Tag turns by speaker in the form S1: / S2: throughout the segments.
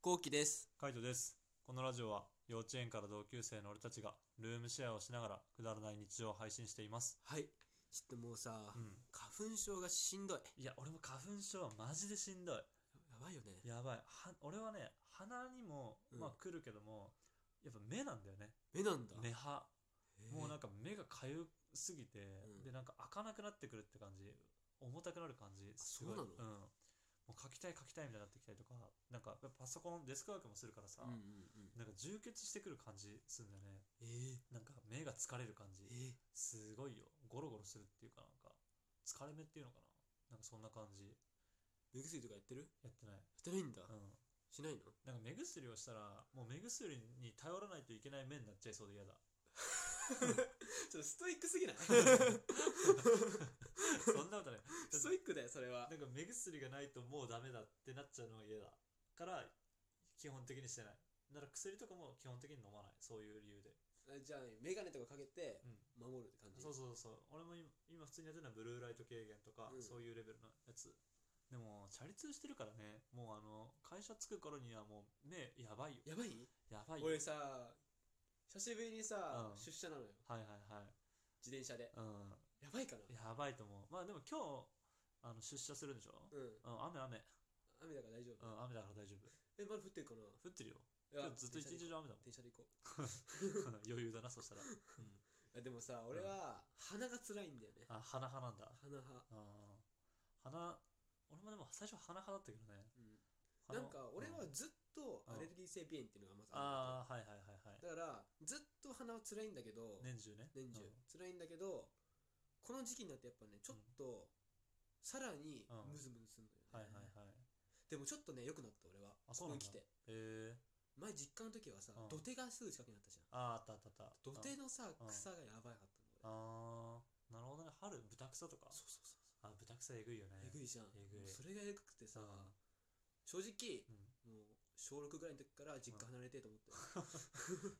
S1: こうきです。
S2: カイトです。このラジオは幼稚園から同級生の俺たちがルームシェアをしながらくだらない日常を配信しています。
S1: はい。ちょっともうさ、
S2: うん。
S1: 花粉症がしんどい。
S2: いや、俺も花粉症はマジでしんどい。
S1: やばいよね。
S2: やばい。は俺はね、鼻にも、
S1: うん
S2: まあ来るけども、やっぱ目なんだよね。
S1: 目なんだ。
S2: 目歯。
S1: えー
S2: もうなんか目がかゆすぎて、
S1: うん
S2: で、なんか開かなくなってくるって感じ。重たくなる感じ。すご
S1: そ
S2: い。
S1: うなの
S2: ん。もう書きたい書きたいみたいになってきたりとか、なんかやっぱパソコン、デスクワークもするからさ、
S1: うんうんうん。
S2: なんか充血してくる感じするんだよね。
S1: えー、
S2: なんか目が疲れる感じ
S1: え。ー、
S2: すごいよ。ゴロゴロするっていうかなんか、疲れ目っていうのかな。なんかそんな感じ。
S1: 目薬とかやってるや
S2: やってない。
S1: ってないんだ。
S2: うん。
S1: しないの
S2: なんか目薬をしたら、もう目薬に頼らないといけない目になっちゃいそうで嫌だ。
S1: ちょっとストイックす ぎない
S2: そんなことない。
S1: ストイックだよ、それは。
S2: なんか目薬がないともうダメだってなっちゃうのは嫌だ。から、基本的にしてない。だから薬とかも基本的に飲まない。そういう理由で。
S1: じゃあ、メガネとかかけて
S2: うん。
S1: 守るって感じ。
S2: そうそうそう。俺も今今普通にやってるのはブルーライト軽減とか、
S1: うん
S2: そういうレベルのやつ。でも、チャリ通してるからね、もうあの、会社着く頃にはもう目やばいよ。
S1: やばい
S2: やばいよ。
S1: 俺さ、久しぶりにさ、
S2: うん
S1: 出社なのよ。
S2: はいはいはい。
S1: 自転車で。
S2: う。
S1: やばいかなん
S2: やばいと思う。まあでも今日、あの出社するんでしょ
S1: うん。
S2: うん、雨雨。
S1: 雨だから大丈夫
S2: う。ん、雨だから大丈夫。
S1: え、まだ降ってるかな
S2: 降ってるよ。
S1: い
S2: 今
S1: や
S2: 日ずっと一日中雨だもん。
S1: 電車で行こ
S2: 余裕だな、そしたら。うん
S1: う。あでもさ、俺は鼻が辛いんだよね。
S2: あ、鼻派なんだ。
S1: 鼻は。
S2: あー鼻、俺もでも最初鼻派だったけどね。
S1: うん
S2: 鼻
S1: なんか俺は
S2: うん
S1: ずっとアレルギー性鼻炎っていうのがまずあ
S2: ああ、はいはいはいはい
S1: る。だから、ずっと鼻は辛いんだけど、
S2: 年中ね。
S1: 年中
S2: うん
S1: 辛いんだけど、この時期になってやっぱね、ちょっと、さらに
S2: う
S1: ム
S2: ん
S1: ズムズするん
S2: は
S1: だよ
S2: い
S1: ね。
S2: はいはい。
S1: でもちょっとね、良くなった俺は。
S2: あそうなんだ
S1: ここに来て。
S2: えー、
S1: 前実家の時はさ
S2: う
S1: 土
S2: ん、
S1: 手がすぐ近くにあったじゃん。
S2: ああ、あったあったあっ
S1: 土
S2: た。
S1: 手のさ
S2: う、ん
S1: 草がやばいかったの俺。
S2: ああ、なるほどね。春、豚草とか。
S1: そうそうそう。
S2: あ、豚草えぐいよね。
S1: えぐいじゃん。
S2: えぐ
S1: も
S2: い
S1: うそれがえぐくてさ
S2: うん、
S1: 正直、
S2: うん
S1: もう小6ぐらいの時から実家離れてえと思って、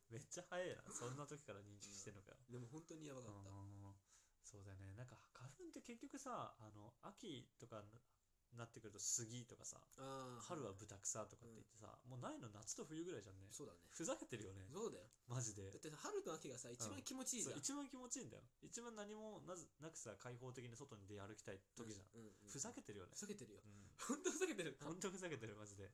S2: めっちゃ早いな。そんな時から認知してんのかよ。
S1: でも本当にやばかった、
S2: うんそうだよね。なんか花粉って結局さ、あの、秋とかになってくると杉とかさ、
S1: ああ
S2: 春は豚草とかって言ってさ、もうないの夏と冬ぐらいじゃんね。
S1: そうだね
S2: ふざけてるよね。
S1: そうだよ
S2: マジで
S1: だっ。て春と秋がさ一番気持ちいいじ
S2: そ
S1: ゃ、
S2: うん一番気持ちいいんだよ。一番何もなずなくさ、開放的に外に出歩きたい時じゃん。
S1: うんうん
S2: ふざけてるよね
S1: ふ。ざけてるよ
S2: うん。
S1: 本 当ふざけてる
S2: ほんとふざけてる、マジで。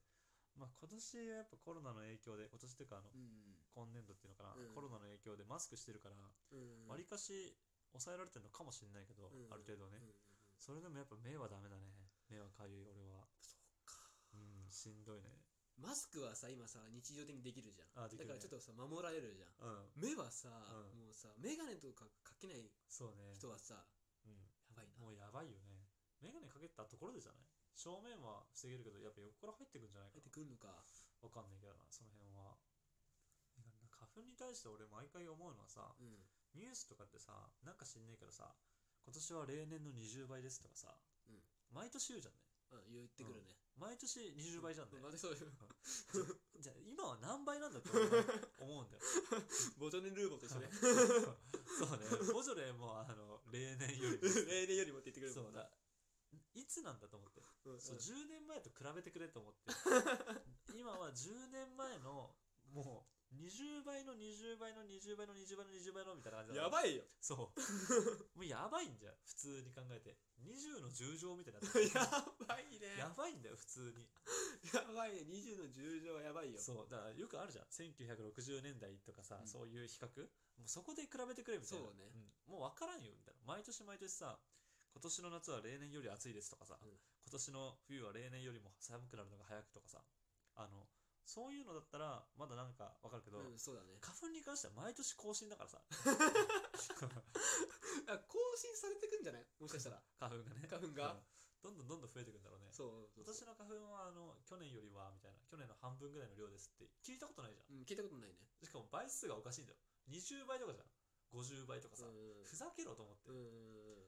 S2: まあ今年はやっぱコロナの影響で、今年っていうかあの、
S1: うん
S2: 今年度っていうのかな、
S1: うん
S2: コロナの影響でマスクしてるから、
S1: うん
S2: わりかし抑えられてるのかもしれないけど、
S1: うん
S2: ある程度ね。
S1: うんうんうん
S2: それでもやっぱ目はダメだね。目はかゆい、俺は。
S1: そっか
S2: うん、しんどいね。
S1: マスクはさ今さ日常的にできるじゃん
S2: あできる
S1: だか
S2: ね
S1: らちょっとさ守られるじゃん
S2: うん、
S1: 目はさ、
S2: うん
S1: もうさ眼鏡とかかけない
S2: そうね。
S1: 人はさや
S2: う
S1: ばい
S2: ん、
S1: な
S2: もうやばいよね。メガネかけたところでじゃない正面は防げるけど、やっぱ横から入ってくんじゃないか
S1: 入って
S2: な。
S1: くんのか
S2: わかんないけどな、その辺は。メガネ花粉に対して俺毎回思うのはさ、
S1: うん
S2: ニュースとかってさ、なんか知んないけどさ、今年は例年の20倍ですとかさ、
S1: うん
S2: 毎年言うじゃんね。
S1: うん言ってくるね、
S2: 毎年20倍じゃんね。
S1: またそう いう
S2: じゃあ今は何倍なんだって俺は 思うんだよ。
S1: ボジョネ・ルーボーと一緒ね
S2: そうね、ボジョレーもあの例年 よりも
S1: 例年よりもって言ってくる
S2: そ
S1: も
S2: うんだ
S1: な。
S2: いつなんだと思って。
S1: うんうん
S2: そう10年前と比べてくれと思 って。今は10年前のもう20倍の20倍の20倍の20倍の20倍のみたいな感じだ
S1: やばいよ
S2: そう。もうやばいんじゃん、普通に考えて。20の10乗みたいになってる
S1: やばいね
S2: やばいんだよ、普通に。
S1: やばいね20の10乗はやばいよ
S2: そう、だからよくあるじゃん。1960年代とかさ、
S1: うん
S2: そういう比較。もうそこで比べてくれみたいな。
S1: そうね
S2: んもう分からんよ、みたいな。毎年毎年さ、今年の夏は例年より暑いですとかさ、
S1: うん
S2: 今年の冬は例年よりも寒くなるのが早くとかさ、あの、そういうのだったら、まだなんか分かるけど、
S1: うんそうだね
S2: 花粉に関しては毎年更新だか らさ、
S1: あ更新されてくんじゃないもしかした ら
S2: 花粉がね。
S1: 花粉が
S2: うんどんどんどんどん増えてくんだろうね。
S1: そうそう
S2: 今
S1: そう
S2: 年の花粉はあの去年よりはみたいな去年の半分ぐらいの量ですって聞いたことないじゃん
S1: うん聞いたことないね
S2: しかも倍数がおかしいんだよ20倍とかじゃん50倍とかさ、ふざけろと思って、
S1: うんうん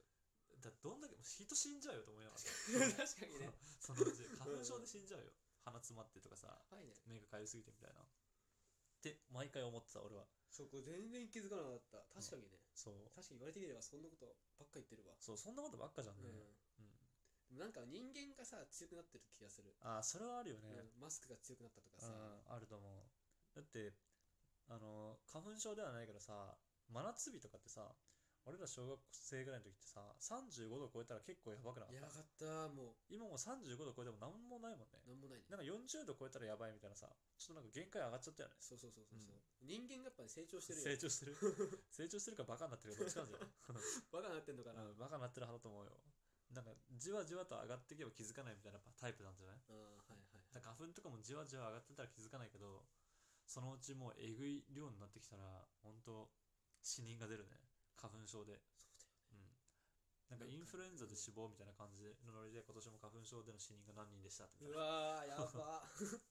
S2: だどんだけ人死んじゃうよと思いながら
S1: うん 確かにね
S2: そのうち花粉症で死んじゃうよ鼻詰まってとかさ
S1: やばいね
S2: 目がかゆすぎてみたいなって毎回思ってた俺は
S1: そこ全然気づかなかった確かにね
S2: そう
S1: 確かに言われてみればそんなことばっか言ってるわ
S2: そうそんなことばっかじゃんね、
S1: うん
S2: うん
S1: でもなんか人間がさ強くなってる気がする、
S2: ああそれはあるよね、
S1: うんマスクが強くなったとかさ、
S2: うん、あると思う。だって、あの、花粉症ではないけどさ、真夏日とかってさ、俺ら小学生ぐらいの時ってさ、35度超えたら結構やばくなかっ
S1: やばか
S2: た。
S1: ったも
S2: 今もう35度超えてもなんもないもんね
S1: う。なんもないね
S2: なんか40度超えたらやばいみたいなさ、ちょっとなんか限界上がっちゃったよね。
S1: そうそうそうそううんそう、人間がやっぱ、ね、成長してる
S2: 成
S1: よ
S2: 長してる。成長してるかバカになってるかどっちかなんだよ。
S1: バカになってんのかな、
S2: うん、バカになってる派だと思うよ。なんかじわじわと上がっていけば気づかないみたいなタイプなんじゃない
S1: あーはいはい
S2: だから花粉とかもじわじわ上がってたら気づかないけどそのうちもうえぐい量になってきたら本当死人が出るね花粉症でうんなんかインフルエンザで死亡みたいな感じのノリで今年も花粉症での死人が何人でしたみた
S1: う
S2: いなっ
S1: わーやば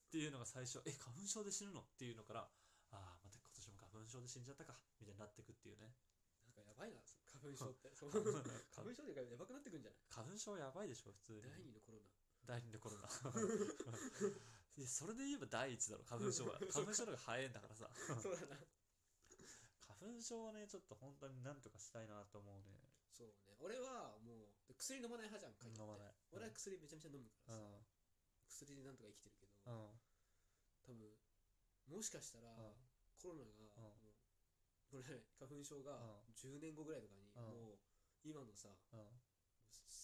S2: ていうのが最初え花粉症で死ぬのっていうのからああまた今年も花粉症で死んじゃったかみたいになってくっていうね
S1: なんかやばいな花粉症っ てそう
S2: 花
S1: 花
S2: 花
S1: 粉症でやばくなってくんじゃない
S2: 粉症やばいでしょ普通に
S1: 第二のコロナ
S2: 第二のコロナいやそれで言えば第一だろ花粉症は花粉症の方が早いんだからさ
S1: そうだな
S2: 花粉症はね、ちょっと本当になんとかしたいなと思うね。
S1: そうね俺はもう薬飲まない派じゃんか
S2: 飲まない。
S1: 俺は薬めちゃめちゃ飲むか
S2: う
S1: ら
S2: ん。
S1: さ、薬でなんとか生きてるけど、
S2: うん。
S1: 多分もしかしたら、
S2: うん
S1: コロナが、もうこれ花粉症が
S2: う
S1: 10年後ぐらいとかに、
S2: うん
S1: もう今のさ
S2: うん。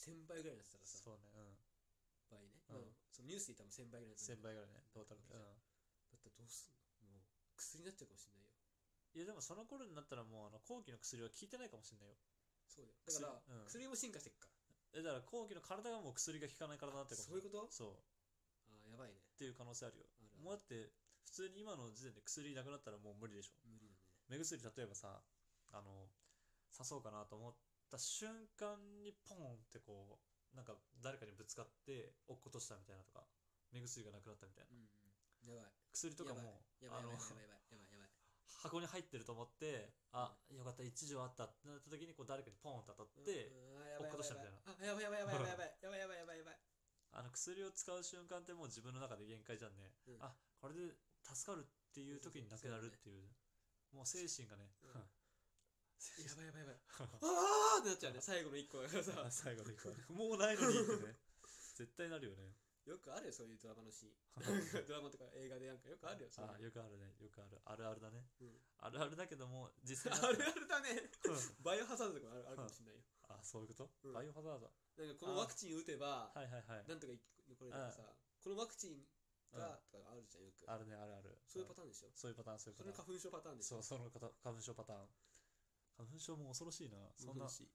S1: 1000倍ぐらいになってたらさ
S2: そうね。うん。
S1: 倍ね、ま
S2: うん
S1: あそのニュースで言ったら1000倍ぐらいになってた
S2: 1000
S1: だ
S2: 倍ぐらいね、トータルで。うん。
S1: ったらどうすんのもう薬になっちゃうかもしれないよ
S2: いや、でもその頃になったらもう、あの、後期の薬は効いてないかもしれないよ。
S1: そうだよだから
S2: 薬うん
S1: 薬,、も進化してっか
S2: え、だから後期の体がもう薬が効かない体になっ
S1: ら
S2: てる
S1: そう
S2: かも
S1: いうこと
S2: とそう。っ
S1: あーやばいね
S2: ていう可能性あるよ。
S1: あるある
S2: もうだって、普通に今の時点で薬なくなったらもう無理でしょ。
S1: 無理だね
S2: 目薬、例えばさ、あの、刺そうかなと思った瞬間にポンってこう、なんか誰かにぶつかって落っことしたみたいなとか、目薬がなくなったみたいな。
S1: うん、うん、やばい
S2: 薬とかも
S1: やば
S2: あ
S1: いやば
S2: の
S1: いやばいやばいやばいやばいやばい
S2: 箱に入ってると思ってあよかった1錠あったってなった時にこう誰かにポンと当たって、
S1: うん
S2: 落っことしたみたいな
S1: あやばいやばいやばいやばいやばいやばいやばいやばいやばいやばい
S2: あの薬を使う瞬間ってもう自分の中で限界じゃんね、
S1: うん
S2: あこれで助かるっていう時になくなるっていうもう精神がね、
S1: うん
S2: 精
S1: や
S2: 神
S1: ばいやばいやばいあーってなっちゃうね最後の一個がさ
S2: あ 最後でいくわねもうないのにってね絶対なるよね
S1: よくあるよそういうドラマのシーンなんかドラマとか映画でなんかよくあるよそう
S2: あ
S1: いう
S2: よくあるねよくあるあるあるだね、
S1: うん
S2: あるあるだけども実際
S1: の
S2: に
S1: あ
S2: なっ
S1: る
S2: て
S1: あるだね
S2: うん
S1: バイオハザードとかもあるあるかもしれないよ
S2: あそういうこと、
S1: うん
S2: バイオハザード
S1: なんかこのワクチン打てば
S2: はいはいはい
S1: なんとかいこれとかさこのワクチンがとかあるじゃんよく
S2: あるねあるある
S1: そういうパターンでしょ
S2: そういうパターン、そういう
S1: そ
S2: パ
S1: れ
S2: タ
S1: が
S2: ーン。
S1: 花粉症パターンでし
S2: そ
S1: ょ
S2: う、その方花粉症パターン。花粉症も恐ろしいな。そん
S1: 恐
S2: な
S1: ろ、しい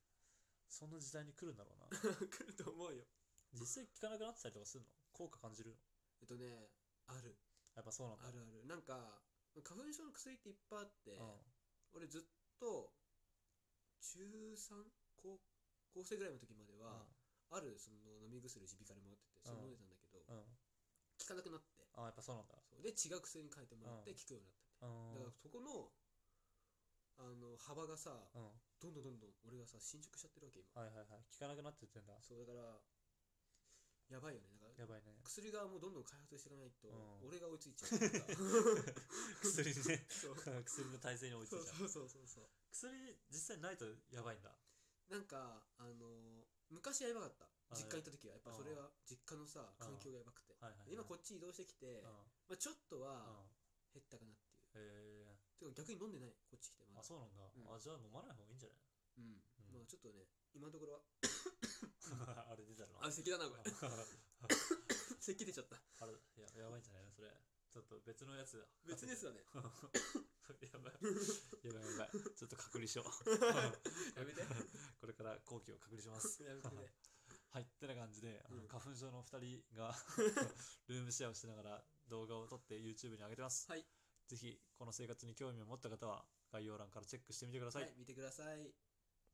S2: そんな時代に来るんだろう な。
S1: 来ると思うよ
S2: 実際効かなくなってたりとかするの効果感じるの
S1: えっとねある
S2: やっぱそうなんだ。
S1: あるあるなんか花粉症の薬っていっぱいあって
S2: うん。
S1: 俺ずっと中3高高生ぐらいの時までは、あるその飲み薬を耳鼻科でもらっててそれ飲んでたんだけど、
S2: うん。うん。
S1: 効かなくなって
S2: あ、やっぱそうなんだ。
S1: そうで違う薬に変えてもらって
S2: うん
S1: 効くようになった
S2: うん。
S1: みたいな、だからそこのあの幅がさ
S2: うん。
S1: どんどんどんどん俺がさ進捗しちゃってるわけ今
S2: はいはいはい。効かなくなってってんだ。
S1: そうだからやばいよねだから。
S2: やばいね
S1: 薬がもうどんどん開発していかないと
S2: うん
S1: 俺が追いついちゃうから
S2: 薬ね。
S1: そう
S2: 薬の体制に追いつ
S1: そう
S2: いちゃう。
S1: そうそうそうそう
S2: 薬、実際ないとやばいんだ。
S1: なんかあの昔はやばかった
S2: あ
S1: 実家行った時はやっぱそれは実家のさ
S2: うん
S1: 環境がやばくて
S2: はいはいはい。
S1: 今こ
S2: っ
S1: っち移動してきて
S2: ちうん。
S1: まあちょっと
S2: うん
S1: は減ったかなっていう
S2: え
S1: てか逆に飲んでないこっち来てま
S2: ー。あ、
S1: だ
S2: そうなんだ。
S1: うん
S2: あ、じゃあ飲まない方がいいんじゃない
S1: うん、
S2: うん
S1: まあちょっとね今のところは
S2: あれ出たの
S1: あ咳だなこ れ
S2: あ
S1: 咳出ちゃった
S2: あれややばいんじゃないのそれちょっと別のやつ
S1: 別のやつだね
S2: やばいやばいやばいちょっと隔離しよ うや
S1: やめて や
S2: これから後期を隔離します
S1: めてね
S2: はいってな感じで、あの
S1: うん
S2: 花粉症の2人 がルームシェアをしながら動画を撮って YouTube に上げてます、
S1: はい
S2: ぜひこの生活に興味を持った方は概要欄からチェックしてみてくださ、
S1: はいい見てください